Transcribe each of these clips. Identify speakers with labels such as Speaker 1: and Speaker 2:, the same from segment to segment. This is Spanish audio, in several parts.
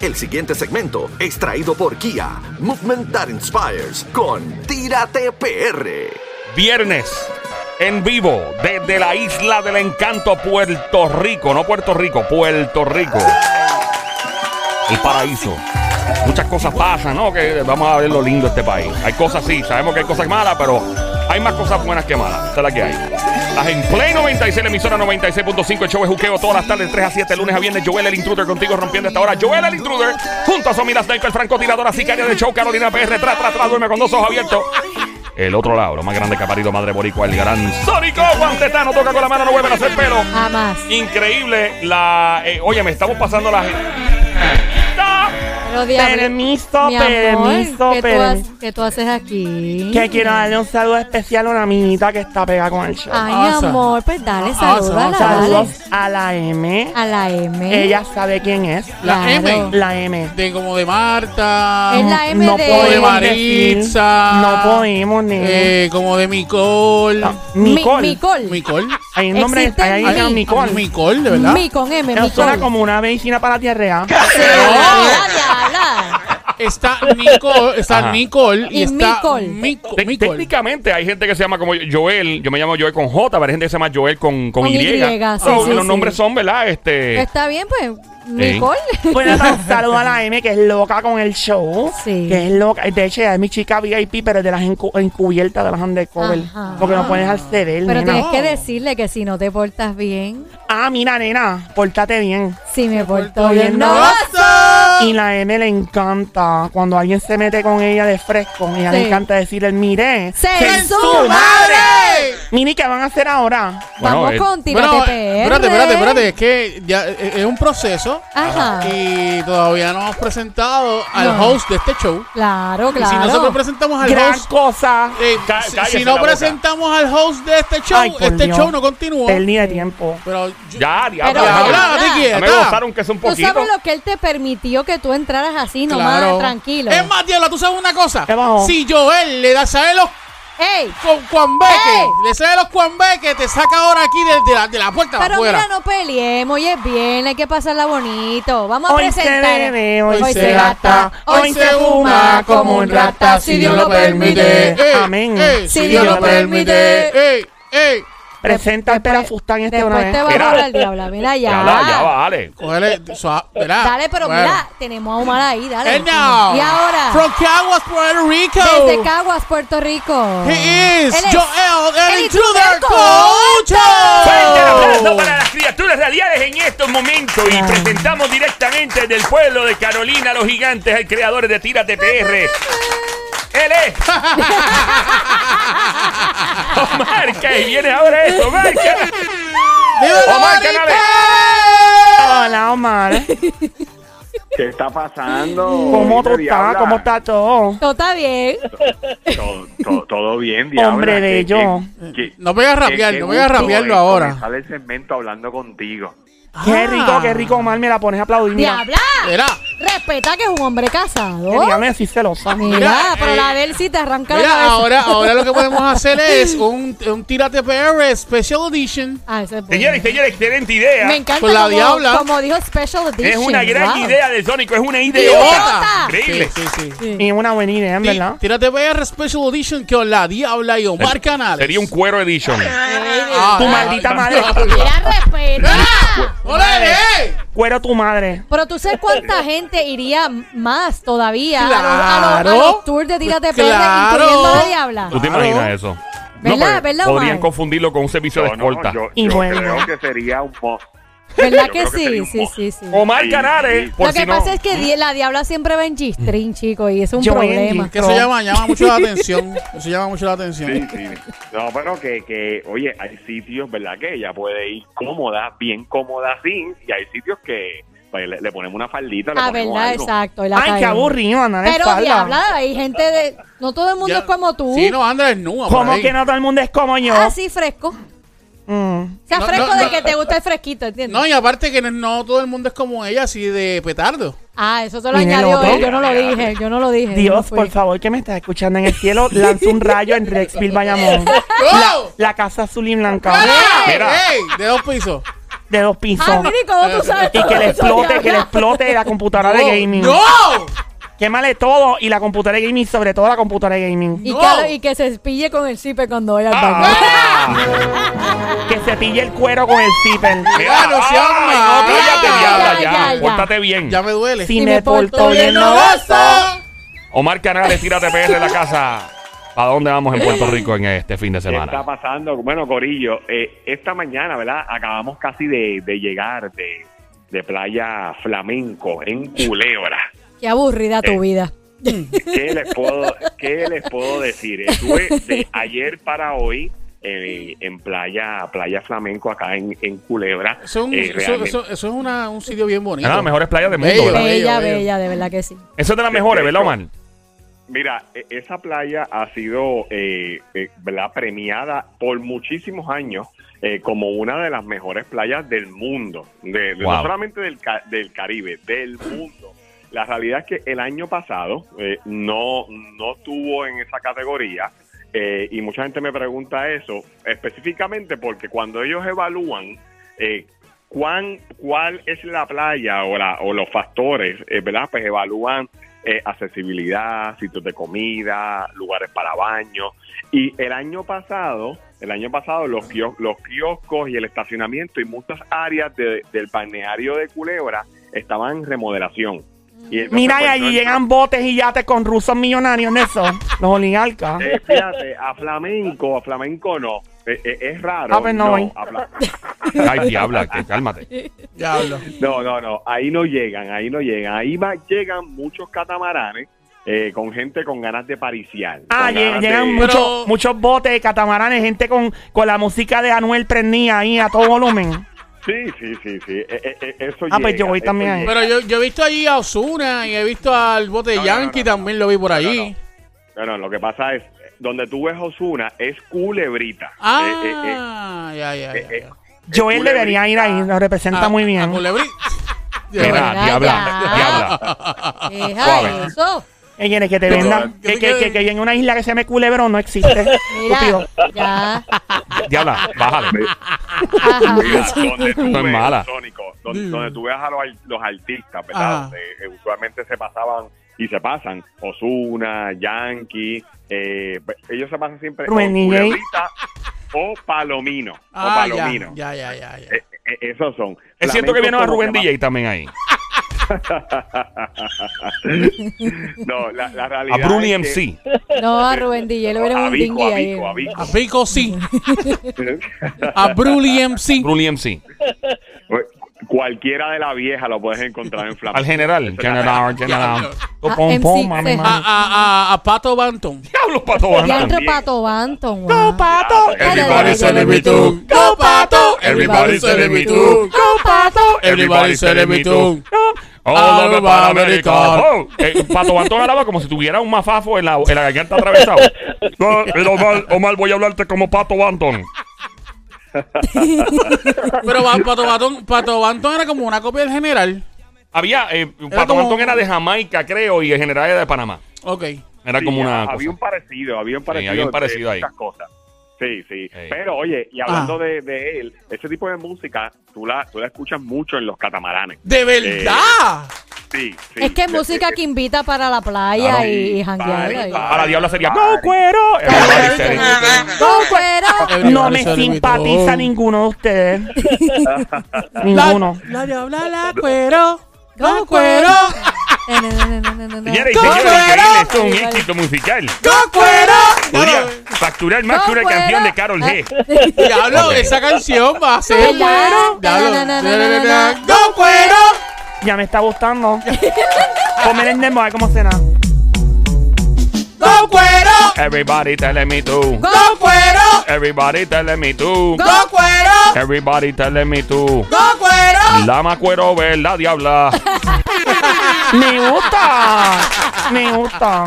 Speaker 1: El siguiente segmento es traído por Kia, Movement That Inspires, con Tírate PR.
Speaker 2: Viernes, en vivo, desde la isla del encanto, Puerto Rico. No Puerto Rico, Puerto Rico. El paraíso. Muchas cosas pasan, ¿no? Que vamos a ver lo lindo de este país. Hay cosas, sí, sabemos que hay cosas malas, pero hay más cosas buenas que malas. Esta es la que hay. Estás en Play 96, la emisora 96.5, el show es juqueo todas las tardes, 3 a 7, lunes a viernes. Joel el Intruder contigo rompiendo esta hora. Joel el Intruder, junto a su amiga Sniper, francotiradora, sicaria del show, Carolina PR, tra, tra, tra, duerme con dos ojos abiertos. El otro lado, lo más grande que ha parido Madre Boricua, el gran Sónico Juan Tetano, toca con la mano, no vuelven a hacer pelo.
Speaker 3: Jamás.
Speaker 2: Increíble la. eh, oye, me estamos pasando la gente.
Speaker 3: Pero, diablo,
Speaker 4: Permiso,
Speaker 3: mi amor,
Speaker 4: permiso,
Speaker 3: ¿qué tú
Speaker 4: permiso.
Speaker 3: ha- ¿Qué tú haces aquí?
Speaker 4: Que quiero darle un saludo especial a una amiguita que está pegada con el show.
Speaker 3: Ay, amor, pues dale, salúdala,
Speaker 4: Saludos
Speaker 3: Ah, dale. Ah, ¿eh?
Speaker 4: a la M.
Speaker 3: A la M.
Speaker 4: Ella sabe quién es.
Speaker 5: La M.
Speaker 3: Claro.
Speaker 4: La M.
Speaker 5: De como de Marta.
Speaker 3: Es la M
Speaker 4: no
Speaker 3: de-
Speaker 5: como de
Speaker 4: podemos
Speaker 5: Maritza.
Speaker 4: decir- No podemos ni.
Speaker 5: eh, como de Micol.
Speaker 3: Mi-
Speaker 4: Nicole.
Speaker 3: Micol.
Speaker 5: Micol.
Speaker 4: Hay un nombre.
Speaker 3: Existe
Speaker 4: Hay
Speaker 3: mi-
Speaker 4: una Nicole.
Speaker 5: Micol, de verdad.
Speaker 3: Mi con M, mi
Speaker 4: Eso suena
Speaker 3: con
Speaker 4: como una medicina para diarrea.
Speaker 3: Diabla, diabla.
Speaker 5: Está Nicole,
Speaker 2: Ajá.
Speaker 5: está Nicole y,
Speaker 3: Y
Speaker 5: está
Speaker 3: Micol.
Speaker 5: Mico-
Speaker 2: Te-
Speaker 5: Micol.
Speaker 2: técnicamente hay gente que se llama como Joel, yo me llamo Joel con J, pero hay gente que se llama Joel con, con,
Speaker 3: Con
Speaker 2: Y.
Speaker 3: Y,
Speaker 2: Ah,
Speaker 3: sí, sí,
Speaker 2: los
Speaker 3: sí.
Speaker 2: nombres son, ¿verdad? Este,
Speaker 3: Está bien, pues, Nicole.
Speaker 4: Bueno, un saludo a la M que es loca con el show.
Speaker 3: Sí.
Speaker 4: Que es loca. De hecho, ella es mi chica VIP, pero de las encu- encubiertas, de las undercover.
Speaker 3: Ajá.
Speaker 4: Porque no puedes acceder,
Speaker 3: Pero
Speaker 4: nena.
Speaker 3: tienes que decirle que si no te portas bien,
Speaker 4: Ah, mira, nena, pórtate bien.
Speaker 3: si me porto
Speaker 4: porto
Speaker 3: bien,
Speaker 4: bien,
Speaker 3: no
Speaker 4: no
Speaker 3: vas.
Speaker 4: Y la M le encanta cuando alguien se mete con ella de fresco. Ella
Speaker 3: Sí.
Speaker 4: le encanta decirle, mire,
Speaker 3: ¡Ser
Speaker 4: su
Speaker 3: su madre!
Speaker 4: mire, ¿qué van a hacer ahora?
Speaker 2: Bueno,
Speaker 3: Vamos
Speaker 2: eh,
Speaker 3: con Tírate
Speaker 5: Bueno,
Speaker 3: PR.
Speaker 5: eh, espérate, espérate, espérate. Es que ya eh, es un proceso
Speaker 3: Ajá.
Speaker 5: y todavía no hemos presentado al
Speaker 3: No.
Speaker 5: host de este show.
Speaker 3: Claro,
Speaker 5: Y si
Speaker 3: claro.
Speaker 5: nosotros presentamos al
Speaker 4: Gran
Speaker 5: host.
Speaker 4: cosa.
Speaker 5: eh,
Speaker 2: Cá-
Speaker 5: si-
Speaker 2: cállese
Speaker 5: si
Speaker 2: la
Speaker 5: no
Speaker 2: boca.
Speaker 5: presentamos al host de este show,
Speaker 4: Ay, por
Speaker 5: este
Speaker 4: Dios.
Speaker 5: show no continúa.
Speaker 4: Perdí de tiempo.
Speaker 5: Pero yo-
Speaker 2: ya, diablo,
Speaker 3: Pero-
Speaker 2: ya,
Speaker 3: Habla,
Speaker 2: ya.
Speaker 5: Ah, pues,
Speaker 3: ya.
Speaker 5: Habla, Ricky,
Speaker 2: Ya me
Speaker 5: está.
Speaker 2: gozaron que es un
Speaker 3: Tú
Speaker 2: poquito.
Speaker 3: sabes lo que él te permitió que tú entraras así nomás,
Speaker 5: Claro.
Speaker 3: tranquilo.
Speaker 5: Es más, Diabla, tú sabes una cosa.
Speaker 4: ¿Qué bajó?
Speaker 5: Si Joel le da, sabe los
Speaker 3: ¡Ey!
Speaker 5: cu- cuambeques,
Speaker 3: ¡Ey!
Speaker 5: le sabe los cuambeques, te saca ahora aquí de, de la, de la puerta
Speaker 3: Pero
Speaker 5: afuera.
Speaker 3: mira, no peleemos, hoy es bien, hay que pasarla bonito. Vamos a
Speaker 4: Hoy se
Speaker 3: presentar.
Speaker 4: bebe, hoy
Speaker 5: se gasta, hoy se fuma como un
Speaker 4: rata,
Speaker 5: si Dios lo permite.
Speaker 4: Eh, Amén.
Speaker 3: Si Dios lo permite.
Speaker 5: Ey, ey.
Speaker 4: Presenta el
Speaker 3: Después-
Speaker 4: Perafustán este una
Speaker 3: Después
Speaker 4: vez.
Speaker 3: te va a
Speaker 2: Mira.
Speaker 3: hablar el diablo, mira ya.
Speaker 2: Ya, la- ya vale.
Speaker 5: Cógele, suave, verá.
Speaker 3: Dale, pero
Speaker 5: Bueno.
Speaker 3: mira, tenemos a Omar ahí, dale.
Speaker 5: And now,
Speaker 3: y ahora,
Speaker 5: From Caguas, Puerto Rico.
Speaker 3: desde Caguas, Puerto Rico.
Speaker 5: He is
Speaker 3: Él es
Speaker 5: Joel,
Speaker 3: el
Speaker 5: el
Speaker 3: intruder
Speaker 5: intruder
Speaker 3: coach.
Speaker 5: coach.
Speaker 2: Fuerte el aplauso
Speaker 3: ¡Oh!
Speaker 2: para las criaturas radiales en estos momentos y presentamos directamente del pueblo de Carolina los gigantes, el creador de Tírate PR. Él es. Omar, que viene ahora esto, Omar. que-
Speaker 5: ¡Dímelo,
Speaker 2: Omar
Speaker 5: Marica!
Speaker 2: Canales.
Speaker 4: Hola, Omar.
Speaker 6: ¿Qué está pasando?
Speaker 4: ¿Cómo tú
Speaker 6: Dime,
Speaker 4: estás?
Speaker 6: diabla.
Speaker 4: ¿Cómo está todo?
Speaker 3: Todo está bien.
Speaker 6: Todo, todo- todo bien, diabla.
Speaker 4: Hombre
Speaker 6: Qué-
Speaker 4: bello.
Speaker 6: qué- qué-
Speaker 5: No voy a
Speaker 6: qué-
Speaker 5: rapear,
Speaker 6: qué
Speaker 5: no voy a
Speaker 6: gusto
Speaker 5: rapearlo
Speaker 6: es
Speaker 5: ahora.
Speaker 6: Comenzar el segmento hablando contigo.
Speaker 4: Qué
Speaker 5: Ah.
Speaker 4: rico, qué rico, Omar. Me la pones a aplaudir. Mira,
Speaker 3: ¡Diabla!
Speaker 5: Mira,
Speaker 3: Respeta que es un hombre casado.
Speaker 4: Que dígame así celosa.
Speaker 3: Mira,
Speaker 5: Mira,
Speaker 3: pero
Speaker 5: eh,
Speaker 3: la de él sí te arranca la
Speaker 5: mira
Speaker 3: cabeza.
Speaker 5: ahora, ahora lo que podemos hacer es un, un Tírate PR Special Edition.
Speaker 3: Ah, ese es bueno.
Speaker 2: Señores, señores, excelente idea.
Speaker 3: Me encanta
Speaker 5: Con Pues la
Speaker 3: como,
Speaker 5: diabla.
Speaker 3: como dijo Special Edition.
Speaker 2: Es una gran
Speaker 3: wow.
Speaker 2: idea de Sónico, es una idea.
Speaker 3: Idiota.
Speaker 5: Sí,
Speaker 2: Increíble.
Speaker 5: sí, sí.
Speaker 4: Y es una buena idea, en verdad.
Speaker 5: Tí- Tírate PR Special Edition con la Diabla y Omar Canales.
Speaker 2: Sería un cuero edition.
Speaker 5: Ah,
Speaker 4: Tu
Speaker 5: ah,
Speaker 4: maldita
Speaker 5: ah,
Speaker 4: madre.
Speaker 3: Mira, respeta.
Speaker 5: ¡Órale!
Speaker 4: Cuero tu madre.
Speaker 3: Pero tú sabes cuánta gente iría más todavía a los- a, los, a
Speaker 5: Claro.
Speaker 3: los tours de Tírate Perra,
Speaker 5: Claro.
Speaker 3: incluyendo a la diabla.
Speaker 2: ¿Tú te
Speaker 5: Claro.
Speaker 2: imaginas eso?
Speaker 3: ¿Verdad?
Speaker 2: pero
Speaker 3: ¿Verdad,
Speaker 2: podrían
Speaker 3: Omar?
Speaker 2: confundirlo con un servicio de
Speaker 6: No, no,
Speaker 2: escolta.
Speaker 6: yo,
Speaker 4: Y
Speaker 6: yo
Speaker 4: bueno.
Speaker 6: creo que sería un must.
Speaker 3: ¿Verdad
Speaker 6: Yo
Speaker 3: que
Speaker 6: creo que sería
Speaker 3: sí?
Speaker 6: un
Speaker 3: Sí,
Speaker 6: mo-
Speaker 3: sí, sí.
Speaker 2: Omar
Speaker 6: Sí,
Speaker 2: Canales,
Speaker 6: sí.
Speaker 2: por
Speaker 3: Lo que
Speaker 2: si
Speaker 3: pasa
Speaker 2: no.
Speaker 3: es que di- la diabla siempre va en gistrín, chico, y es un
Speaker 4: Yo en
Speaker 3: problema.
Speaker 5: Que eso llama, llama mucho la atención. Eso llama mucho la atención.
Speaker 6: Sí, sí. No, pero que, que, oye, hay sitios, ¿verdad? Que ella puede ir cómoda, bien cómoda, sin. Y hay sitios que pues, le, le ponemos una faldita. Le
Speaker 3: Ah,
Speaker 6: ponemos
Speaker 3: verdad,
Speaker 6: algo.
Speaker 3: exacto. y la
Speaker 4: Ay, qué
Speaker 3: caída.
Speaker 4: aburrido andar en
Speaker 3: Pero
Speaker 4: falda.
Speaker 3: diabla, hay gente de. No todo el mundo
Speaker 5: Ya-
Speaker 3: es como tú.
Speaker 5: Sí, no, Andrés Nua. por
Speaker 4: ¿Cómo
Speaker 5: ahí.
Speaker 4: que no todo el mundo es como yo?
Speaker 3: Así fresco. O
Speaker 4: Mm.
Speaker 3: sea,
Speaker 5: No,
Speaker 3: fresco
Speaker 5: no,
Speaker 3: de
Speaker 5: no.
Speaker 3: que te gusta el fresquito, ¿entiendes?
Speaker 5: No, y aparte que no, no todo el mundo es como ella, así de petardo.
Speaker 3: Ah, eso se lo
Speaker 4: Miren el
Speaker 3: añadió
Speaker 4: otro.
Speaker 3: él. Yo no lo dije, yo no lo dije. no
Speaker 4: Dios,
Speaker 3: fui.
Speaker 4: por favor, que me estás escuchando en el cielo, lanza un rayo en Rexville, Bayamón.
Speaker 5: ¡Oh!
Speaker 4: La casa azul y blanca.
Speaker 5: ¡Ey!
Speaker 2: Mira.
Speaker 5: ¡Ey! De dos pisos.
Speaker 4: de dos pisos.
Speaker 3: Ah, mire, ¿cómo tú sabes
Speaker 4: y
Speaker 3: todo
Speaker 4: que le
Speaker 3: eso?
Speaker 4: explote,
Speaker 3: Ya,
Speaker 4: que le
Speaker 3: ya.
Speaker 4: explote la computadora de gaming.
Speaker 5: Oh, ¡No!
Speaker 4: Quémale todo y la computadora de gaming, sobre todo la computadora de gaming.
Speaker 3: Y,
Speaker 5: No. Ah.
Speaker 3: que, y que se pille con el cipe cuando vaya al
Speaker 2: Ah.
Speaker 3: baño. Ah.
Speaker 4: Que se pille el cuero con el zipper.
Speaker 2: Mira,
Speaker 5: Bueno, si
Speaker 2: ay,
Speaker 5: ama.
Speaker 2: no, cállate,
Speaker 3: Ya,
Speaker 2: diabla,
Speaker 3: ya,
Speaker 2: ya.
Speaker 3: ya, ya.
Speaker 2: Pórtate bien.
Speaker 5: Ya me duele.
Speaker 4: Si me porto bien, no
Speaker 5: basta.
Speaker 2: Omar Canales, tírate PR de la casa. ¿Para dónde vamos en Puerto Rico en este fin de
Speaker 6: ¿Qué está
Speaker 2: semana?
Speaker 6: pasando? Bueno, Corillo, eh, esta mañana, ¿verdad? Acabamos casi de, de llegar de, de Playa Flamenco en Culebra.
Speaker 3: Qué aburrida
Speaker 5: Eh,
Speaker 3: tu vida.
Speaker 6: ¿Qué les puedo, qué les puedo decir? Estuve de ayer para hoy eh, en Playa Playa Flamenco, acá en, en Culebra.
Speaker 5: Eso es, un,
Speaker 6: Eh,
Speaker 5: eso- eso,
Speaker 6: realmente-
Speaker 5: eso es una- un sitio bien bonito.
Speaker 2: Una de
Speaker 4: Ah,
Speaker 2: las Ah, mejores playas del mundo,
Speaker 5: Bello.
Speaker 2: ¿verdad?
Speaker 3: Bella,
Speaker 5: bello, bello.
Speaker 3: bella, de verdad que sí.
Speaker 2: Esa es de las mejores, ¿verdad, Omar?
Speaker 6: Mira, e- esa playa ha sido eh, eh, ¿verdad? premiada por muchísimos años eh, como una de las mejores playas del mundo, de, de-
Speaker 2: Wow.
Speaker 6: no solamente del, Ca- del Caribe, del mundo. La realidad es que el año pasado eh, no, no estuvo en esa categoría eh, y mucha gente me pregunta eso específicamente porque cuando ellos evalúan eh, cuán, cuál es la playa o, la, o los factores, eh, ¿verdad? Pues evalúan eh, accesibilidad, sitios de comida, lugares para baño. Y el año pasado, el año pasado los, quio- los kioscos y el estacionamiento y muchas áreas de- del balneario de Culebra estaban en remodelación. Y entonces,
Speaker 4: Mira, y
Speaker 6: pues,
Speaker 4: allí
Speaker 6: no-
Speaker 4: llegan botes y yates con rusos millonarios, Nelson. Los oligarcas.
Speaker 6: Eh, fíjate, a flamenco, a flamenco no. Eh, eh, es raro.
Speaker 4: Ah, pues no voy.
Speaker 6: a fla-
Speaker 2: Ay, diabla, que cálmate.
Speaker 5: Diablo.
Speaker 6: No, no, no, ahí no llegan, ahí no llegan. Ahí va, llegan muchos catamaranes eh, con gente con ganas de pariciar.
Speaker 4: Ah,
Speaker 6: con
Speaker 4: lle-
Speaker 6: ganas
Speaker 4: llegan
Speaker 6: de-
Speaker 4: muchos,
Speaker 5: Pero-
Speaker 4: muchos botes, catamaranes, gente con, con la música de Anuel prendida ahí a todo volumen.
Speaker 6: Sí, sí, sí, sí. eh, eh, eh, eso
Speaker 4: Ah, pues
Speaker 6: llega,
Speaker 4: yo voy
Speaker 6: eso
Speaker 4: también ahí.
Speaker 6: llega.
Speaker 5: Pero yo, yo he visto allí a Osuna y he visto al bote
Speaker 6: no,
Speaker 5: Yankee
Speaker 6: no, no,
Speaker 5: también lo vi por allí.
Speaker 6: no. No, no, lo que pasa es, eh, donde tú ves Osuna es culebrita.
Speaker 3: Ah,
Speaker 6: Eh, eh, eh,
Speaker 5: Ah, ya, ya, ya.
Speaker 6: eh,
Speaker 5: ya.
Speaker 4: Joel
Speaker 6: Culebrita.
Speaker 4: debería ir ahí, lo representa
Speaker 5: A-
Speaker 4: muy
Speaker 5: a
Speaker 4: bien.
Speaker 5: Culebrí- Ya,
Speaker 2: Mira,
Speaker 3: Venga,
Speaker 2: diabla,
Speaker 3: ya.
Speaker 2: diabla.
Speaker 5: Ah,
Speaker 2: Suave.
Speaker 3: Deja eso.
Speaker 4: ¿Qué quieres que te venda?
Speaker 5: Yo-
Speaker 4: Que,
Speaker 5: yo-
Speaker 4: que, que, que en una isla que se llame Culebrón no existe. Estúpido.
Speaker 3: Mira, ya.
Speaker 2: Diabla, bájale.
Speaker 3: Ajá.
Speaker 6: Mira, donde tú
Speaker 2: No es
Speaker 6: ves,
Speaker 2: mala.
Speaker 6: Sónico,
Speaker 4: Mm.
Speaker 6: donde, donde tú ves a los, ar- los artistas, ¿verdad?
Speaker 5: Ajá.
Speaker 6: Donde, eh, usualmente se pasaban y se pasan Osuna, Yankee, eh, pues, ellos se pasan siempre o
Speaker 4: Rubén Niguel.
Speaker 6: culebrita o palomino. o
Speaker 5: Ah, ya,
Speaker 6: palomino.
Speaker 5: ya, ya, ya, ya.
Speaker 6: Eh, eh, esos son.
Speaker 2: Es cierto que
Speaker 6: Flamenco
Speaker 2: viene a
Speaker 6: como
Speaker 2: Rubén
Speaker 6: que más-
Speaker 2: DJ también ahí.
Speaker 6: no, la, la realidad.
Speaker 2: A Bruni
Speaker 6: es que-
Speaker 2: MC.
Speaker 3: No, a Rubén DJ le hubiera
Speaker 6: A
Speaker 3: un
Speaker 6: Vico,
Speaker 3: dinghy
Speaker 6: a
Speaker 3: ahí.
Speaker 6: Vico, a Vico.
Speaker 5: A Pico sí, a Bruli MC.
Speaker 2: Bruni MC.
Speaker 6: Cualquiera de la vieja lo puedes encontrar en Flamenco.
Speaker 2: Al general. General, general.
Speaker 5: Diablo.
Speaker 3: Ah,
Speaker 4: Tú pon,
Speaker 3: MC,
Speaker 4: pon, mami,
Speaker 3: sí.
Speaker 5: A,
Speaker 4: mami.
Speaker 5: a, a, a Pato Banton.
Speaker 2: Diablo, pato.
Speaker 3: Ya
Speaker 2: Banton.
Speaker 3: entre Pato Banton.
Speaker 4: Go,
Speaker 3: guau.
Speaker 4: pato.
Speaker 3: Ya, ya, ya, ya, ya.
Speaker 5: Go Pato.
Speaker 2: Everybody
Speaker 5: celebrate
Speaker 2: me
Speaker 5: too.
Speaker 4: Go, pato.
Speaker 5: Everybody celebrate too.
Speaker 4: Go.
Speaker 2: All
Speaker 5: All
Speaker 2: over
Speaker 5: over
Speaker 2: America.
Speaker 5: America.
Speaker 2: Oh, eh, Pato Bantón hablaba como si tuviera un mafafo en la, en la garganta atravesado. No, pero Ah, Omar, Omar, voy a hablarte como Pato Bantón.
Speaker 5: Pero va- Pato Banton, Pato Banton era como una copia del general.
Speaker 2: Había, eh,
Speaker 5: Era
Speaker 2: Pato
Speaker 5: como-
Speaker 2: Bantón era de Jamaica, creo, y el general era de Panamá.
Speaker 5: Ok.
Speaker 2: Era
Speaker 6: Sí,
Speaker 2: como una
Speaker 6: Había
Speaker 2: cosa.
Speaker 6: un parecido, había un parecido.
Speaker 2: había un
Speaker 6: de
Speaker 2: parecido ahí.
Speaker 6: muchas cosas. Sí, sí.
Speaker 2: Sí.
Speaker 6: Pero oye, y hablando
Speaker 5: Ah.
Speaker 6: de, de él, ese tipo de música tú la, tú la escuchas mucho en los catamaranes.
Speaker 5: ¡De verdad!
Speaker 6: Sí, sí.
Speaker 3: Es que es
Speaker 6: De-
Speaker 3: música
Speaker 6: de-
Speaker 3: que invita para la playa
Speaker 2: Claro.
Speaker 3: y, y janguear.
Speaker 6: Party,
Speaker 3: ahí.
Speaker 6: party.
Speaker 2: A la diabla sería
Speaker 6: Ay.
Speaker 5: pues.
Speaker 2: Go Cuero. Everybody say it.
Speaker 3: Go, cuero.
Speaker 5: Everybody
Speaker 4: No me
Speaker 5: celebrate
Speaker 4: simpatiza
Speaker 5: too.
Speaker 4: ninguno de ustedes.
Speaker 5: La-
Speaker 4: ninguno.
Speaker 5: La diabla la cuero. La
Speaker 3: Go,
Speaker 5: cuero.
Speaker 3: cuero. Na, na, na, na, na, na, na.
Speaker 2: Señores y
Speaker 5: Go
Speaker 2: señores,
Speaker 5: Cuero.
Speaker 2: increíble, esto es un éxito musical.
Speaker 5: La
Speaker 2: Podría
Speaker 5: cuero.
Speaker 2: facturar más que
Speaker 3: Go
Speaker 2: una canción
Speaker 3: Cuero.
Speaker 2: de Carol G.
Speaker 5: Diablo,
Speaker 2: Ok.
Speaker 5: esa canción va a ser.
Speaker 3: Go cuero.
Speaker 5: Diablo.
Speaker 3: Na, na, na, na, na, na, na.
Speaker 5: Go cuero.
Speaker 4: Ya me está gustando. Comer el Nemo, a ver cómo cena.
Speaker 5: Go cuero.
Speaker 2: Everybody telling me to.
Speaker 5: Go cuero.
Speaker 2: Everybody telling me to.
Speaker 5: Go cuero.
Speaker 2: Everybody telling me to.
Speaker 5: Go cuero.
Speaker 2: Lama Cuero ver la diabla.
Speaker 4: Me gusta. Me gusta.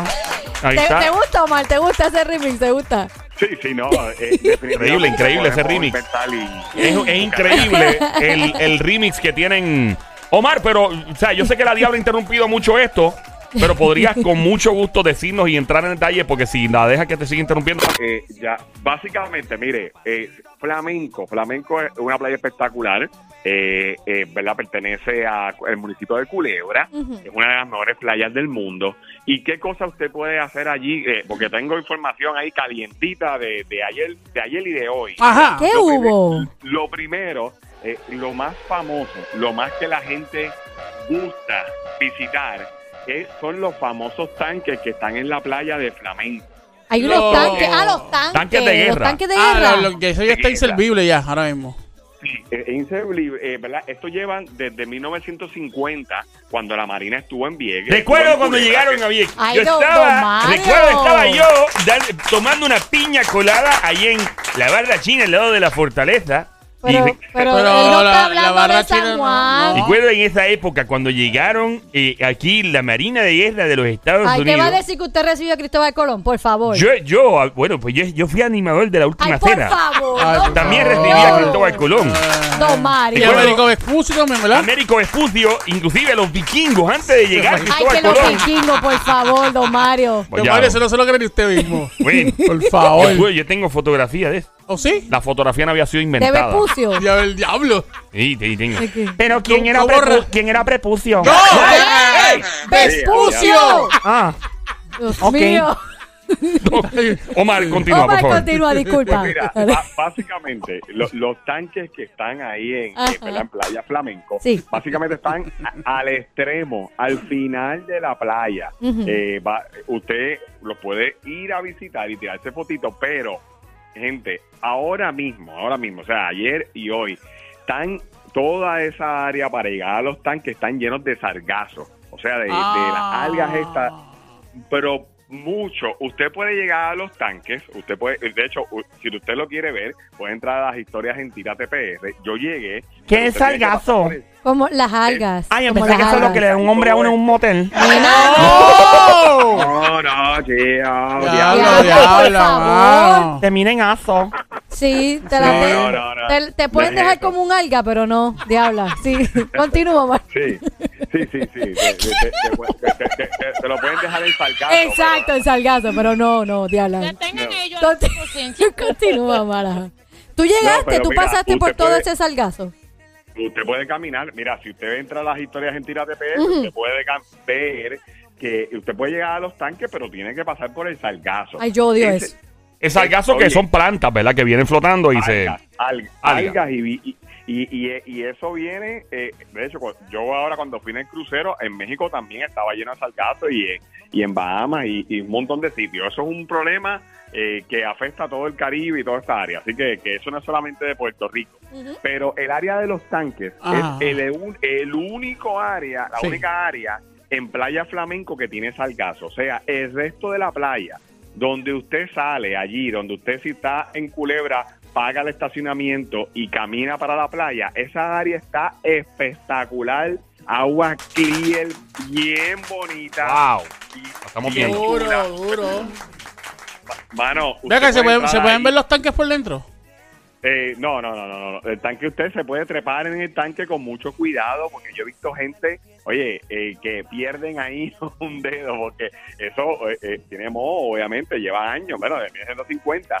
Speaker 2: Ahí
Speaker 3: ¿Te,
Speaker 2: está.
Speaker 3: te gusta, Omar? ¿Te gusta ese remix? ¿Te gusta?
Speaker 6: Sí, sí, no. eh, definitivamente
Speaker 2: Increíble, increíble ese
Speaker 6: podemos
Speaker 2: remix.
Speaker 6: inventar y-
Speaker 2: Es, es increíble el, el remix que tienen. Omar, pero, o sea, yo sé que la diabla ha interrumpido mucho esto, Pero podrías con mucho gusto decirnos y entrar en detalle, porque si la deja que te siga interrumpiendo.
Speaker 6: Eh, ya, básicamente, mire, eh, Flamenco, Flamenco es una playa espectacular, eh, eh, ¿verdad? Pertenece al municipio de Culebra,
Speaker 3: Ujú.
Speaker 6: es una de las mejores playas del mundo. ¿Y qué cosa usted puede hacer allí? Eh, porque tengo información ahí calientita de, de ayer, de ayer y de hoy.
Speaker 2: Ah,
Speaker 5: Ajá.
Speaker 3: ¿Qué
Speaker 6: Lo primer-
Speaker 3: hubo?
Speaker 6: lo primero, eh, lo más famoso, lo más que la gente gusta visitar, eh, son los famosos tanques que están en la playa de Flamenco.
Speaker 3: Hay unos
Speaker 5: No.
Speaker 3: tanques. Ah, los tanques.
Speaker 2: Tanques de guerra.
Speaker 3: Los tanques de
Speaker 5: Ah,
Speaker 3: guerra.
Speaker 5: lo- lo- eso ya está inservible ya, ahora mismo.
Speaker 6: Eh, eh, inservible, eh, ¿verdad? Esto llevan desde 1950, cuando la Marina estuvo en Vieques.
Speaker 2: Recuerdo
Speaker 6: estuvo en
Speaker 2: cuando
Speaker 6: Culebra,
Speaker 2: llegaron
Speaker 6: que-
Speaker 2: a Vieques.
Speaker 3: Ay,
Speaker 2: Yo
Speaker 3: don- don
Speaker 2: estaba,
Speaker 3: Mario.
Speaker 2: recuerdo estaba yo dal- tomando una piña colada ahí en la barra china, al lado de la fortaleza. Y
Speaker 3: Pero,
Speaker 2: re-
Speaker 3: pero, él no
Speaker 5: Pero la-
Speaker 3: está
Speaker 5: la
Speaker 3: hablando
Speaker 5: barra
Speaker 3: de
Speaker 5: china
Speaker 3: San
Speaker 5: no-
Speaker 3: Juan.
Speaker 5: no.
Speaker 2: Recuerdo en esa época cuando llegaron eh, aquí la Marina de Guerra de los Estados
Speaker 3: Ay, ¿qué
Speaker 2: Unidos.
Speaker 3: va a decir que usted recibió a Cristóbal Colón? Por favor.
Speaker 2: Yo, yo, ah, bueno, pues yo, yo fui animador de la última
Speaker 3: Ay, por
Speaker 2: cena.
Speaker 3: favor. ¿Ah?
Speaker 5: Ay,
Speaker 3: don
Speaker 5: por
Speaker 2: También
Speaker 5: favor.
Speaker 2: recibí
Speaker 3: Mario.
Speaker 2: a Cristóbal Colón.
Speaker 3: Don Mario.
Speaker 5: Y
Speaker 2: Recuerdo-
Speaker 5: Américo Vespucio también, ¿verdad?
Speaker 2: Américo Vespucio, inclusive los vikingos, antes de llegar
Speaker 3: Ay,
Speaker 2: Cristóbal
Speaker 3: que los
Speaker 2: Colón.
Speaker 3: vikingos, por favor, don Mario.
Speaker 2: Pues
Speaker 5: Don
Speaker 2: ya,
Speaker 5: Mario, eso no se lo cree ni usted mismo.
Speaker 2: bueno,
Speaker 5: Por
Speaker 2: yo,
Speaker 5: favor.
Speaker 2: pude- yo tengo fotografía de eso.
Speaker 5: ¿O sí?
Speaker 2: La fotografía no había sido
Speaker 3: De
Speaker 2: inventada.
Speaker 3: Vespucio.
Speaker 5: Ya el diablo.
Speaker 2: Sí, sí, tengo.
Speaker 3: Ay, qué-
Speaker 4: Pero ¿quién,
Speaker 5: No,
Speaker 4: era
Speaker 5: no
Speaker 4: prepu-
Speaker 5: borra.
Speaker 4: ¿quién era prepucio?
Speaker 6: ¡Oh!
Speaker 5: ¡No!
Speaker 3: ¡Ey! ¡Vespucio!
Speaker 4: Ah,
Speaker 3: Dios
Speaker 4: Ok.
Speaker 3: mío.
Speaker 2: Omar, continúa, por
Speaker 3: Omar,
Speaker 2: favor.
Speaker 3: continúa, disculpa.
Speaker 6: Pues mira, ba- básicamente, lo- los tanques que están ahí en,
Speaker 3: Ajá.
Speaker 6: en, ¿verdad? en Playa Flamenco,
Speaker 3: Sí.
Speaker 6: básicamente están a- al extremo, al final de la playa.
Speaker 3: Ujú.
Speaker 6: Eh, va- usted los puede ir a visitar y tirarse fotitos, pero, gente, ahora mismo, ahora mismo, o sea, ayer y hoy, están toda esa área para llegar a los tanques están llenos de sargazo, o sea, de, de
Speaker 5: Ah.
Speaker 6: las algas estas pero mucho. Usted puede llegar a los tanques, usted puede, de hecho, u- si usted lo quiere ver, puede entrar a las historias en Tira TPR. Yo llegué.
Speaker 4: ¿Qué es
Speaker 6: Usted tiene que pasar
Speaker 4: sargazo?
Speaker 6: por el-
Speaker 3: Como las algas.
Speaker 4: ay, yo
Speaker 3: como
Speaker 4: pensé que
Speaker 3: las
Speaker 4: eso es lo que le da un hombre a uno en un motel.
Speaker 3: algas. Nena,
Speaker 5: ¡Oh!
Speaker 6: No, no, yeah, diablo.
Speaker 5: Diablo,
Speaker 3: Diablo,
Speaker 5: diablo,
Speaker 3: por
Speaker 5: mano.
Speaker 4: Te miren aso.
Speaker 3: Sí, te,
Speaker 6: No,
Speaker 3: la, te,
Speaker 6: no, no, no.
Speaker 3: te- te pueden
Speaker 6: No es
Speaker 3: dejar
Speaker 6: eso.
Speaker 3: como un alga, pero no, diabla. Sí, continúa, Omar.
Speaker 6: Sí, sí, sí, sí. Te, te- te- te- te- te- te lo pueden dejar en sargazo.
Speaker 3: Exacto, el salgazo, pero no, no, diabla.
Speaker 7: Tengan ellos a
Speaker 3: Conti-
Speaker 7: su conciencia.
Speaker 3: Continúa, Mara. Tú
Speaker 6: No,
Speaker 3: llegaste,
Speaker 6: pero
Speaker 3: tú
Speaker 6: mira,
Speaker 3: pasaste
Speaker 6: usted
Speaker 3: por todo
Speaker 6: puede-
Speaker 3: ese salgazo.
Speaker 6: pero Usted puede caminar. Mira, si usted entra a las historias en Tira TPR, usted puede cam- ver que usted puede llegar a los tanques, pero tiene que pasar por el sargazo.
Speaker 3: Ay, yo odio
Speaker 6: Ese-
Speaker 3: eso.
Speaker 2: Es sargazo que
Speaker 6: Oye.
Speaker 2: son plantas, ¿verdad? Que vienen flotando y se.
Speaker 6: algas, alg-
Speaker 2: Algas.
Speaker 6: algas y, vi- y, y- y- y eso viene, eh, de hecho, cu- yo ahora cuando fui en el crucero, en México también estaba lleno de salgazo y, en- y en Bahamas y, y un montón de sitios. Eso es un problema eh, que afecta a todo el Caribe y toda esta área, así que, que eso no es solamente de Puerto Rico. Pero el área de los tanques
Speaker 5: Ah.
Speaker 6: es el, un- el único área, la
Speaker 5: Sí.
Speaker 6: única área en Playa Flamenco que tiene salgazo. O sea, el resto de la playa, donde usted sale allí, donde usted si está en Culebra, paga el estacionamiento y camina para la playa, esa área está espectacular. Agua clear, bien bonita.
Speaker 2: ¡Wow!
Speaker 6: bien
Speaker 2: estamos
Speaker 6: bien
Speaker 2: viendo.
Speaker 6: chula.
Speaker 5: Duro, duro.
Speaker 6: Mano,
Speaker 5: Ve acá,
Speaker 6: usted
Speaker 5: ¿se
Speaker 6: puede
Speaker 5: pueden,
Speaker 6: entrar
Speaker 5: ¿se pueden
Speaker 6: ahí.
Speaker 5: ver los tanques por dentro?
Speaker 6: Eh, no, no, no, no, no. El tanque usted se puede trepar en el tanque con mucho cuidado porque yo he visto gente, oye, eh, que pierden ahí un dedo porque eso eh, eh, tiene moho, obviamente, lleva años, bueno, de 1950.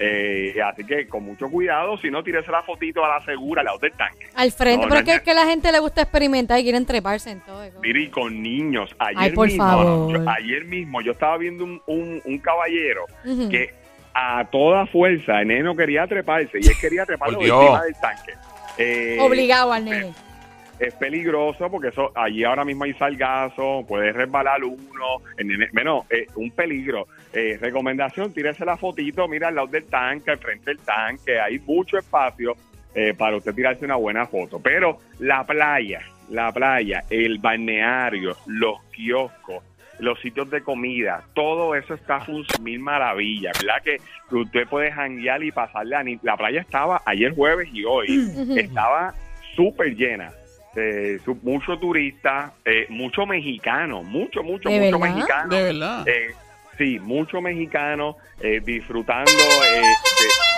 Speaker 6: Eh, así que con mucho cuidado, si no, tírese la fotito a la segura, al lado del tanque.
Speaker 3: Al frente,
Speaker 6: No,
Speaker 3: pero
Speaker 6: no,
Speaker 3: es que,
Speaker 6: no.
Speaker 3: es que la gente le gusta experimentar y quieren treparse en todo.
Speaker 6: Mire, y con niños, ayer
Speaker 3: Ay, por
Speaker 6: mismo,
Speaker 3: favor.
Speaker 6: yo- ayer mismo yo estaba viendo un, un, un caballero
Speaker 3: Ujú.
Speaker 6: que a toda fuerza, el neno quería treparse y él quería treparse
Speaker 2: Por Dios.
Speaker 6: encima del tanque. Eh,
Speaker 3: Obligado al nene.
Speaker 6: es peligroso porque eso allí ahora mismo hay salgazo, puede resbalar uno, el nene- bueno, eh, un peligro. Eh, recomendación, tírese la fotito, mira al lado del tanque, al frente del tanque, hay mucho espacio eh, para usted tirarse una buena foto. Pero la playa, la playa, el balneario, los kioscos, los sitios de comida, todo eso está a mil maravillas, ¿verdad? Que que usted puede janguear y pasarle a... ni- La playa estaba ayer jueves y hoy,
Speaker 3: Mm,
Speaker 6: estaba súper llena. Eh, su- mucho turista, eh, mucho mexicano, mucho, mucho,
Speaker 3: ¿De
Speaker 6: mucho
Speaker 3: verdad?
Speaker 6: mexicano.
Speaker 5: De verdad.
Speaker 6: Eh, sí, mucho mexicano eh, disfrutando eh,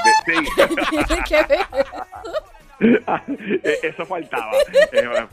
Speaker 6: de- de- sí.
Speaker 3: Tiene que ver.
Speaker 6: Eh, Eso faltaba. Eh,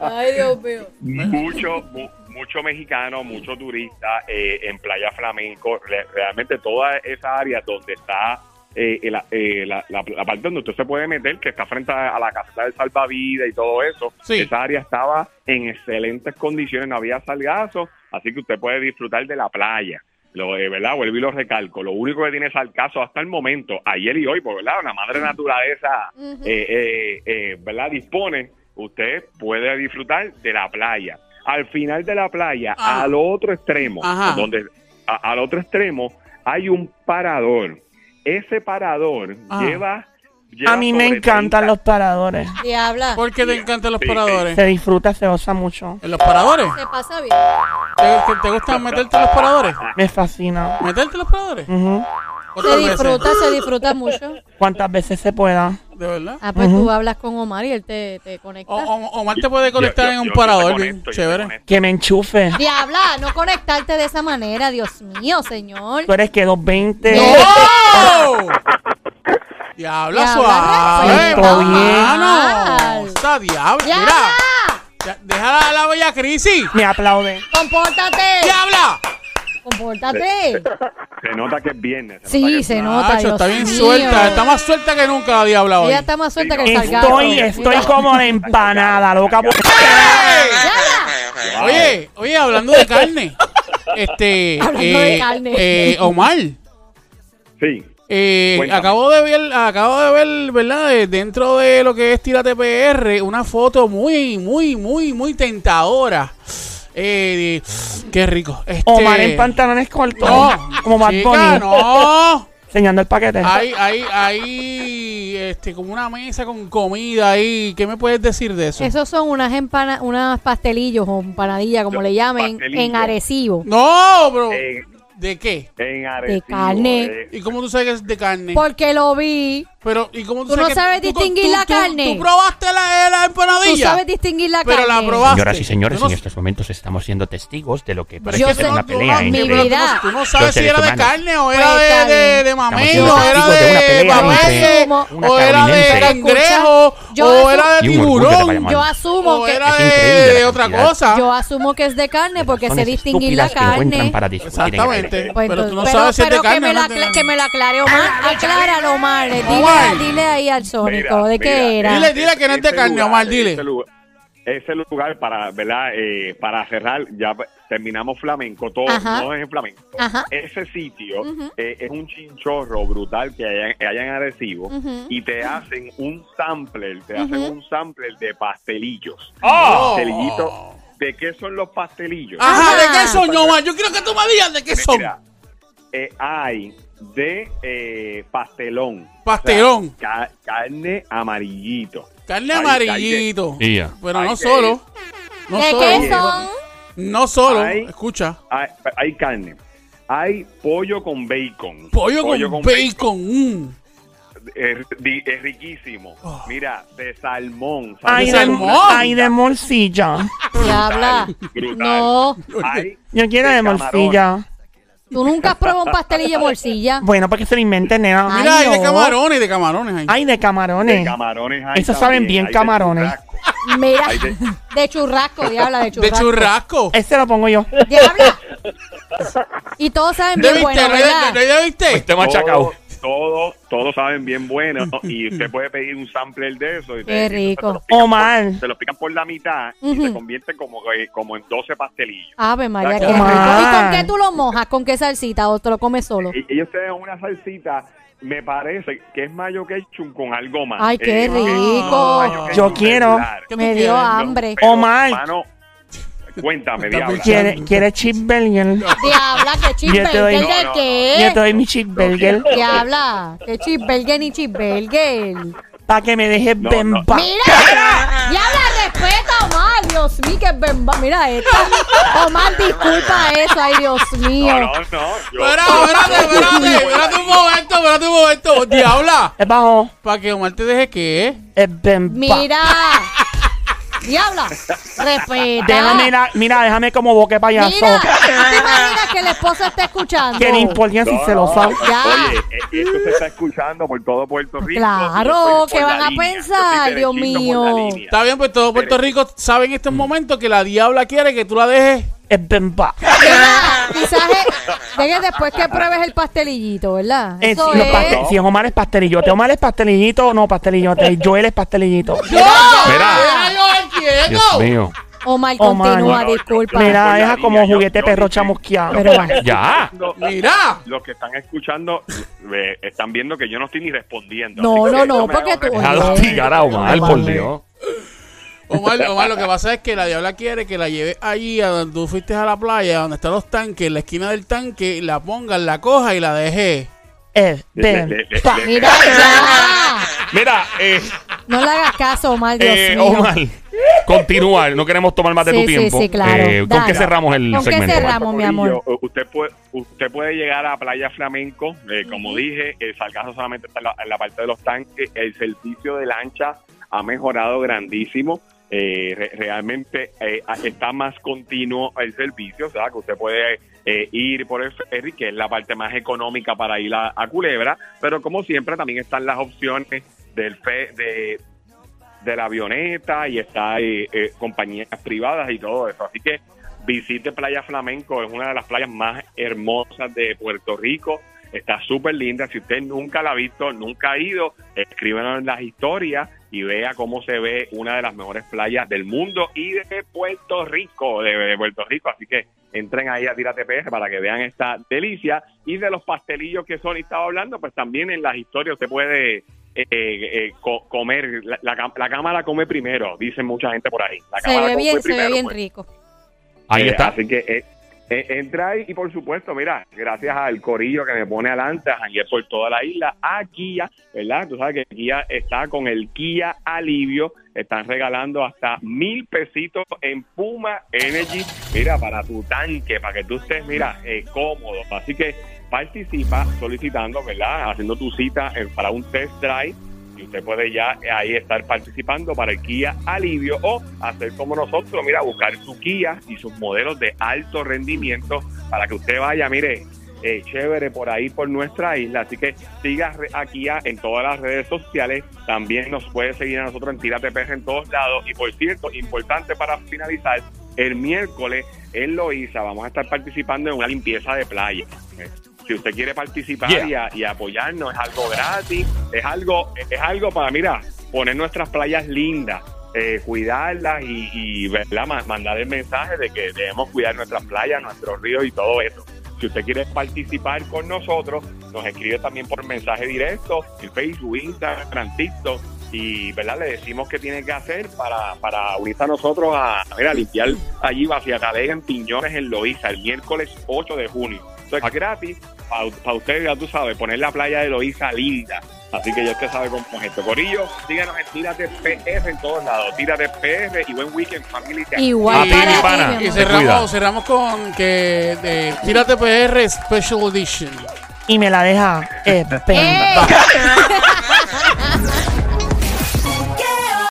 Speaker 3: Ay, Dios mío.
Speaker 6: mucho, mu- mucho mexicano, mucho turista eh, en Playa Flamenco, re- realmente toda esa área donde está eh, el- eh, la, la- la parte donde usted se puede meter, que está frente a, a la casa del salvavidas y todo eso,
Speaker 5: Sí.
Speaker 6: esa área estaba en excelentes condiciones, no había salgazo, así que usted puede disfrutar de la playa. Lo, eh, ¿Verdad? Vuelvo y lo recalco. Lo único que tiene salgazo hasta el momento, ayer y hoy, pues, ¿verdad? La madre naturaleza
Speaker 3: Ujú.
Speaker 6: eh, eh, eh, ¿verdad? dispone, usted puede disfrutar de la playa. Al final de la playa,
Speaker 5: Ah.
Speaker 6: al otro extremo,
Speaker 5: Ajá.
Speaker 6: donde a- al otro extremo hay un parador. Ese parador
Speaker 5: Ah.
Speaker 6: lleva, lleva
Speaker 4: A mí me
Speaker 6: sobre
Speaker 4: encantan
Speaker 6: 30
Speaker 4: los paradores.
Speaker 3: Diabla.
Speaker 5: ¿Por qué te encantan los
Speaker 6: Sí,
Speaker 5: paradores?
Speaker 4: Se disfruta, se goza mucho.
Speaker 5: ¿En los paradores?
Speaker 3: Se pasa bien.
Speaker 5: ¿Te, que te gusta meterte en los paradores?
Speaker 4: Me fascina.
Speaker 5: ¿Meterte en los paradores?
Speaker 4: Ujú.
Speaker 3: Se
Speaker 5: ¿Cuántas veces?
Speaker 3: disfruta, se disfruta mucho.
Speaker 4: Cuantas veces se pueda.
Speaker 5: ¿De verdad?
Speaker 3: Ah, pues tú hablas con Omar y él te, te conecta.
Speaker 5: O, o- Omar te puede
Speaker 6: Yo-
Speaker 5: conectar
Speaker 6: yo-
Speaker 5: en
Speaker 6: yo
Speaker 5: un
Speaker 6: te
Speaker 5: parador, bien
Speaker 6: conecto, yo te
Speaker 5: chévere.
Speaker 6: conecto.
Speaker 4: Que me enchufe.
Speaker 3: Diabla, no conectarte de esa manera, Dios mío, señor.
Speaker 5: Pues,
Speaker 4: Tú eres que 220.
Speaker 5: ¡No! Diabla
Speaker 3: Diabla,
Speaker 5: suave,
Speaker 4: respeta.
Speaker 5: mano.
Speaker 3: Mal.
Speaker 5: Está diabla.
Speaker 3: ¡Diabla!
Speaker 5: Mira, ya- deja la, la bella crisis.
Speaker 4: Me aplaude.
Speaker 3: ¡Compórtate!
Speaker 5: ¡Diabla! Eh,
Speaker 3: ¡Compórtate!
Speaker 6: Se nota que es viernes. se nota que
Speaker 3: Sí,
Speaker 6: es
Speaker 3: se
Speaker 6: viernes.
Speaker 3: nota.
Speaker 5: Nacho,
Speaker 3: Dios
Speaker 5: está bien
Speaker 3: mío.
Speaker 5: suelta. Está más suelta que nunca la diabla hoy.
Speaker 3: Ella está más suelta que el salgado.
Speaker 4: Estoy, estoy como la empanada, loca. por-
Speaker 5: Oye, oye, hablando de carne. Este,
Speaker 3: Hablando
Speaker 5: eh,
Speaker 3: de carne.
Speaker 5: eh, Omar,
Speaker 6: Sí.
Speaker 5: eh,
Speaker 6: Cuéntame.
Speaker 5: acabo de ver, acabo de ver, ¿verdad? Eh, Dentro de lo que es Tírate PR, una foto muy, muy, muy, muy tentadora. Eh, qué rico. Este,
Speaker 4: Omar en pantalones cortos.
Speaker 5: No,
Speaker 4: como Bad
Speaker 5: chica,
Speaker 4: Bunny.
Speaker 5: no.
Speaker 4: Enseñando el paquete.
Speaker 5: Hay, hay, hay, este, como una mesa con comida ahí. ¿Qué me puedes decir de eso?
Speaker 3: Esos son unas empana, unas pastelillos o empanadillas, como le llamen,
Speaker 6: Pastelillo.
Speaker 3: en Arecibo.
Speaker 5: No, bro.
Speaker 6: Eh,
Speaker 5: ¿De qué?
Speaker 6: en Arecibo,
Speaker 3: carne.
Speaker 6: eh,
Speaker 5: ¿Y cómo tú sabes que es de carne?
Speaker 3: Porque lo vi.
Speaker 5: Pero, ¿y cómo tú,
Speaker 3: Tú no
Speaker 5: que-
Speaker 3: sabes distinguir la
Speaker 5: tú-
Speaker 3: carne.
Speaker 5: Tú probaste la, la empanadilla.
Speaker 3: Tú sabes distinguir la
Speaker 5: pero
Speaker 3: carne.
Speaker 5: la probaste.
Speaker 7: Señoras y señores,
Speaker 5: Tú no-
Speaker 7: en estos momentos estamos siendo testigos de lo que
Speaker 3: Yo
Speaker 7: parece ser
Speaker 3: soy-
Speaker 7: una pelea
Speaker 3: mi
Speaker 5: pero tú
Speaker 7: entre...
Speaker 5: no-
Speaker 3: vida.
Speaker 5: Tú no sabes si
Speaker 7: seres
Speaker 5: era de
Speaker 7: humanos.
Speaker 5: carne o
Speaker 3: Pues,
Speaker 5: era de,
Speaker 3: está
Speaker 5: de,
Speaker 3: bien.
Speaker 5: de mamey,
Speaker 7: siendo
Speaker 5: o
Speaker 7: testigos de
Speaker 5: era
Speaker 7: una
Speaker 5: de
Speaker 7: pelea
Speaker 5: papete,
Speaker 3: entre
Speaker 7: una
Speaker 5: o era de
Speaker 7: carolinense.
Speaker 5: cangrejo,
Speaker 3: Yo
Speaker 5: o
Speaker 3: asumo-
Speaker 5: era de
Speaker 7: Y un orgullo de
Speaker 5: tiburón,
Speaker 7: Bayamón.
Speaker 3: Yo
Speaker 5: o
Speaker 3: asumo que
Speaker 5: era
Speaker 7: Es
Speaker 5: de,
Speaker 7: increíble
Speaker 5: de
Speaker 7: la
Speaker 5: otra
Speaker 7: cantidad.
Speaker 5: cosa.
Speaker 3: yo asumo que es de carne porque sé
Speaker 7: razones
Speaker 3: distinguir la
Speaker 7: estúpidas que encuentran
Speaker 3: carne.
Speaker 7: para discutir en el aire.
Speaker 5: Exactamente.
Speaker 3: Pues
Speaker 5: pero tú no
Speaker 3: entonces-
Speaker 5: sabes si es de
Speaker 3: pero
Speaker 5: carne
Speaker 3: que me,
Speaker 5: o no
Speaker 3: la
Speaker 5: es de
Speaker 3: acla-
Speaker 5: carne.
Speaker 3: que me la aclare
Speaker 6: Ah,
Speaker 3: Omar. Acláralo, Omar. Dile,
Speaker 5: Omar.
Speaker 3: dile ahí al Sónico
Speaker 6: Mira,
Speaker 3: de qué
Speaker 6: mira,
Speaker 3: era.
Speaker 5: Dile, dile que no es de
Speaker 6: ese
Speaker 5: carne,
Speaker 6: lugar,
Speaker 5: Omar, dile.
Speaker 6: Ese lugar, ese lugar para, ¿verdad? Eh, para cerrar, ya terminamos flamenco, todo,
Speaker 3: Ajá.
Speaker 6: no es en flamenco.
Speaker 3: Ajá.
Speaker 6: Ese sitio eh, es un chinchorro brutal que hay, en- que hay en Arecibo
Speaker 3: Ujú.
Speaker 6: y te hacen un sampler, te hacen un sampler de pastelillos.
Speaker 2: ¡Oh!
Speaker 6: Pastelillitos. ¿De qué son los pastelillos?
Speaker 5: Ajá, ¿de
Speaker 3: Ajá.
Speaker 5: qué son, Omar? Yo quiero que tú me digas de qué son.
Speaker 6: Mira, eh, hay de eh, pastelón.
Speaker 5: Pastelón.
Speaker 6: O sea, ca- carne amarillito.
Speaker 5: Carne
Speaker 6: Hay- hay de-
Speaker 5: amarillito.
Speaker 2: Y ya.
Speaker 5: Pero
Speaker 6: Hay
Speaker 5: no
Speaker 6: de-
Speaker 5: solo. No
Speaker 3: ¿De qué
Speaker 5: solo.
Speaker 3: son?
Speaker 5: No solo.
Speaker 6: Hay-
Speaker 5: Escucha.
Speaker 6: hay, hay carne. Hay pollo con bacon.
Speaker 5: Pollo, con, bacon. mm.
Speaker 6: Es, di- es riquísimo.
Speaker 5: Oh.
Speaker 6: Mira, de salmón.
Speaker 4: Ay, de,
Speaker 5: salmón.
Speaker 4: ay, de morcilla.
Speaker 3: Diabla.
Speaker 6: brutal.
Speaker 3: No.
Speaker 6: Hay
Speaker 4: Yo quiero de
Speaker 6: camarones.
Speaker 4: morcilla.
Speaker 3: Tú nunca has probado un pastelillo de morcilla.
Speaker 4: Bueno, porque se lo inventen, nena.
Speaker 3: Ay,
Speaker 5: Mira, hay de
Speaker 3: no.
Speaker 5: camarones, de camarones. Hay.
Speaker 4: Ay, de
Speaker 6: de
Speaker 4: camarones.
Speaker 6: camarones. hay
Speaker 4: Esos saben
Speaker 6: también,
Speaker 4: bien
Speaker 6: hay de
Speaker 4: camarones.
Speaker 6: churrasco.
Speaker 3: Mira.
Speaker 6: Hay de-
Speaker 3: De churrasco, diabla, de
Speaker 5: de
Speaker 3: churrasco.
Speaker 5: churrasco.
Speaker 4: Ese Este lo pongo yo.
Speaker 3: Diabla. Y todos saben
Speaker 5: ¿De
Speaker 3: bien
Speaker 5: viste?
Speaker 3: bueno,
Speaker 5: ¿No hay de-
Speaker 3: ¿verdad?
Speaker 5: no hay de viste?
Speaker 2: Este machacao.
Speaker 3: Oh.
Speaker 6: Todo- todo- todos saben bien bueno y usted puede pedir un sampler de eso y te,
Speaker 3: Qué
Speaker 6: y entonces
Speaker 3: rico.
Speaker 6: te lo pican
Speaker 4: Omar.
Speaker 6: por- te lo pican por la mitad y se
Speaker 3: Ujú.
Speaker 6: convierte como, que- como en 12 pastelillos
Speaker 3: Ave María, qué
Speaker 6: Exacto.
Speaker 3: rico. ¿Y con
Speaker 4: Omar.
Speaker 3: qué tú lo mojas? ¿Con qué salsita? ¿O te lo comes solo?
Speaker 6: Y- E, ellos tienen una salsita me parece que es mayo ketchup con algo más
Speaker 3: Ay, qué
Speaker 6: Eh,
Speaker 3: rico.
Speaker 6: mayo ketchup
Speaker 4: Yo quiero.
Speaker 6: regular.
Speaker 5: ¿Qué tú
Speaker 3: Me
Speaker 5: quieres?
Speaker 3: dio hambre.
Speaker 6: Pero,
Speaker 4: Omar.
Speaker 6: mano, cuéntame
Speaker 5: Está
Speaker 6: diabla
Speaker 4: ¿Quiere, quiere cheeseburger?
Speaker 3: Diabla, qué
Speaker 4: Yo te doy-
Speaker 3: chisberger de
Speaker 6: No,
Speaker 4: Yo
Speaker 6: no,
Speaker 4: te
Speaker 3: qué.
Speaker 4: doy mi cheeseburger
Speaker 3: Diabla, qué chisberger ni chisberger.
Speaker 4: para que me dejes
Speaker 6: No,
Speaker 4: ben
Speaker 6: no.
Speaker 4: pa-
Speaker 3: Mira, diabla, respeta, Omar. Dios mío, que bemba. Mira esta. Omar, disculpa eso. Ay, Dios
Speaker 6: No,
Speaker 3: mío.
Speaker 6: no, no. yo-
Speaker 5: Espera, espérate, espérate, espérate un momento, espérate un momento. Diabla,
Speaker 4: Es bajo,
Speaker 5: para que Omar te deje que.
Speaker 4: es ben pa-
Speaker 3: Mira. Diabla, respeta.
Speaker 4: Déjame la- mira, déjame como boque
Speaker 3: Mira,
Speaker 4: payaso.
Speaker 3: ¿tú te imaginas que el esposo está escuchando?
Speaker 4: Que le importa si
Speaker 6: No,
Speaker 4: se lo
Speaker 6: no,
Speaker 4: sabe.
Speaker 3: Ya.
Speaker 6: Oye, eh, esto se está escuchando por todo Puerto Rico.
Speaker 3: Claro,
Speaker 6: Yo estoy
Speaker 3: ¿qué
Speaker 6: por
Speaker 3: van
Speaker 6: la
Speaker 3: a
Speaker 6: línea.
Speaker 3: pensar?
Speaker 6: Yo estoy
Speaker 3: Dios
Speaker 6: derechito por la
Speaker 3: mío.
Speaker 6: línea.
Speaker 3: Mm.
Speaker 5: Está bien, pues todo Puerto Rico sabe en estos momentos que la diabla quiere que tú la dejes
Speaker 4: es bemba.
Speaker 3: Quizás quizás es- de que después que pruebes el pastelillito, ¿verdad?
Speaker 4: Eh,
Speaker 3: Eso
Speaker 4: si, no,
Speaker 3: es.
Speaker 4: paste- si es Omar es pastelillote. Omar es pastelillito, no pastelillote. Joel es pastelillito.
Speaker 2: Mira. Dios mío.
Speaker 3: Omar,
Speaker 4: Omar.
Speaker 3: continúa,
Speaker 6: Bueno,
Speaker 3: disculpa.
Speaker 4: Mira,
Speaker 6: Con la
Speaker 4: deja como
Speaker 6: niña, yo-
Speaker 4: juguete
Speaker 6: yo
Speaker 4: perro
Speaker 6: dije-
Speaker 4: chamusqueado.
Speaker 3: Pero bueno.
Speaker 2: Ya.
Speaker 5: Mira.
Speaker 6: Los que están escuchando eh, están viendo que yo no estoy ni respondiendo.
Speaker 3: No,
Speaker 6: así
Speaker 3: no,
Speaker 6: que
Speaker 3: no,
Speaker 6: me
Speaker 3: porque
Speaker 6: hagan
Speaker 3: tú-
Speaker 2: Deja de
Speaker 6: responder.
Speaker 2: hostigar a Omar, por Dios.
Speaker 5: Omar, Omar, lo que pasa es que la diabla quiere que la lleve allí a donde tú fuiste a la playa, donde están los tanques, en la esquina del tanque, la pongan, la coja y la deje.
Speaker 4: Es
Speaker 6: Le- le- le-
Speaker 4: bemba.
Speaker 6: le-
Speaker 3: Mira, ya.
Speaker 2: Mira, eh,
Speaker 3: No le hagas caso, Omar, Dios
Speaker 2: eh,
Speaker 3: mío.
Speaker 2: Omar, continúa. No queremos tomar más de
Speaker 3: Sí,
Speaker 2: tu
Speaker 3: sí,
Speaker 2: tiempo.
Speaker 3: sí, claro.
Speaker 2: Eh, ¿Con
Speaker 3: Dale.
Speaker 2: qué cerramos el
Speaker 3: ¿Con qué
Speaker 2: segmento?
Speaker 3: cerramos? Vamos, mi amor.
Speaker 6: Corillo, Usted puede, usted puede llegar a Playa Flamenco, eh, como dije, el Salgazo solamente está en la, en la parte de los tanques, el servicio de lancha ha mejorado grandísimo, eh, re- realmente eh, está más continuo el servicio, o sea, que usted puede eh, ir por el ferry, que es la parte más económica para ir a, a Culebra, pero como siempre también están las opciones del fe, de, de la avioneta y está eh, eh, compañías privadas y todo eso. Así que visite Playa Flamenco, es una de las playas más hermosas de Puerto Rico. Está súper linda. Si usted nunca la ha visto, nunca ha ido, escríbanos en las historias y vea cómo se ve una de las mejores playas del mundo y de Puerto Rico, de, de Puerto Rico. Así que entren ahí a Tírate PR para que vean esta delicia. Y de los pastelillos que Sony estaba hablando, pues también en las historias usted puede eh, eh, co- comer. La, la cam- la cámara come primero, dicen mucha gente por ahí. La
Speaker 3: Se
Speaker 6: cámara
Speaker 3: ve
Speaker 6: come
Speaker 3: bien, se ve
Speaker 6: primero,
Speaker 3: bien
Speaker 6: pues.
Speaker 3: rico.
Speaker 2: Ahí
Speaker 6: Eh,
Speaker 2: está.
Speaker 6: Así que eh, eh, entra ahí y por supuesto, mira, gracias al corillo que me pone adelante, a janguear por toda la isla, a Kia, ¿verdad? Tú sabes que Kia está con el Kia Alivio, están regalando hasta mil pesitos en Puma Energy, mira, para tu tanque, para que tú estés, mira, eh, cómodo. Así que participa solicitando, ¿verdad? Haciendo tu cita eh, para un test drive y usted puede ya ahí estar participando para el Kia Alivio o hacer como nosotros, mira, buscar su Kia y sus modelos de alto rendimiento para que usted vaya, mire, eh, chévere por ahí por nuestra isla. Así que siga re- a Kia en todas las redes sociales. También nos puede seguir a nosotros en Tírate PR en todos lados. Y por cierto, importante para finalizar, el miércoles en Loiza vamos a estar participando en una limpieza de playa. Eh, Si usted quiere participar
Speaker 2: Yeah.
Speaker 6: y, a- y apoyarnos, es algo gratis, es algo, es algo para, mira, poner nuestras playas lindas, eh, cuidarlas y, y, ¿verdad? Ma- mandar el mensaje de que debemos cuidar nuestras playas, nuestros ríos y todo eso. Si usted quiere participar con nosotros, nos escribe también por mensaje directo, en Facebook, Instagram, TikTok. Y ¿verdad? le decimos qué tiene que hacer para, para unirse a nosotros a, mira, limpiar allí Vaciatalega en Piñones, en Loíza, el miércoles 8 de junio. Entonces, es gratis para ustedes, ya tú sabes, poner la playa de Loíza linda. Así que ya usted sabe cómo es esto. Corillo, síganos en Tírate PR en todos lados. Tírate PR y buen weekend, familia.
Speaker 2: A
Speaker 3: Igual
Speaker 2: ti, mi pana.
Speaker 3: para ti, mi
Speaker 5: Y
Speaker 3: amor.
Speaker 2: cuida.
Speaker 5: cerramos, cerramos con que eh, de Tírate PR Special Edition.
Speaker 6: Eh.
Speaker 4: Y me la deja es bemba.
Speaker 3: ¡Ey!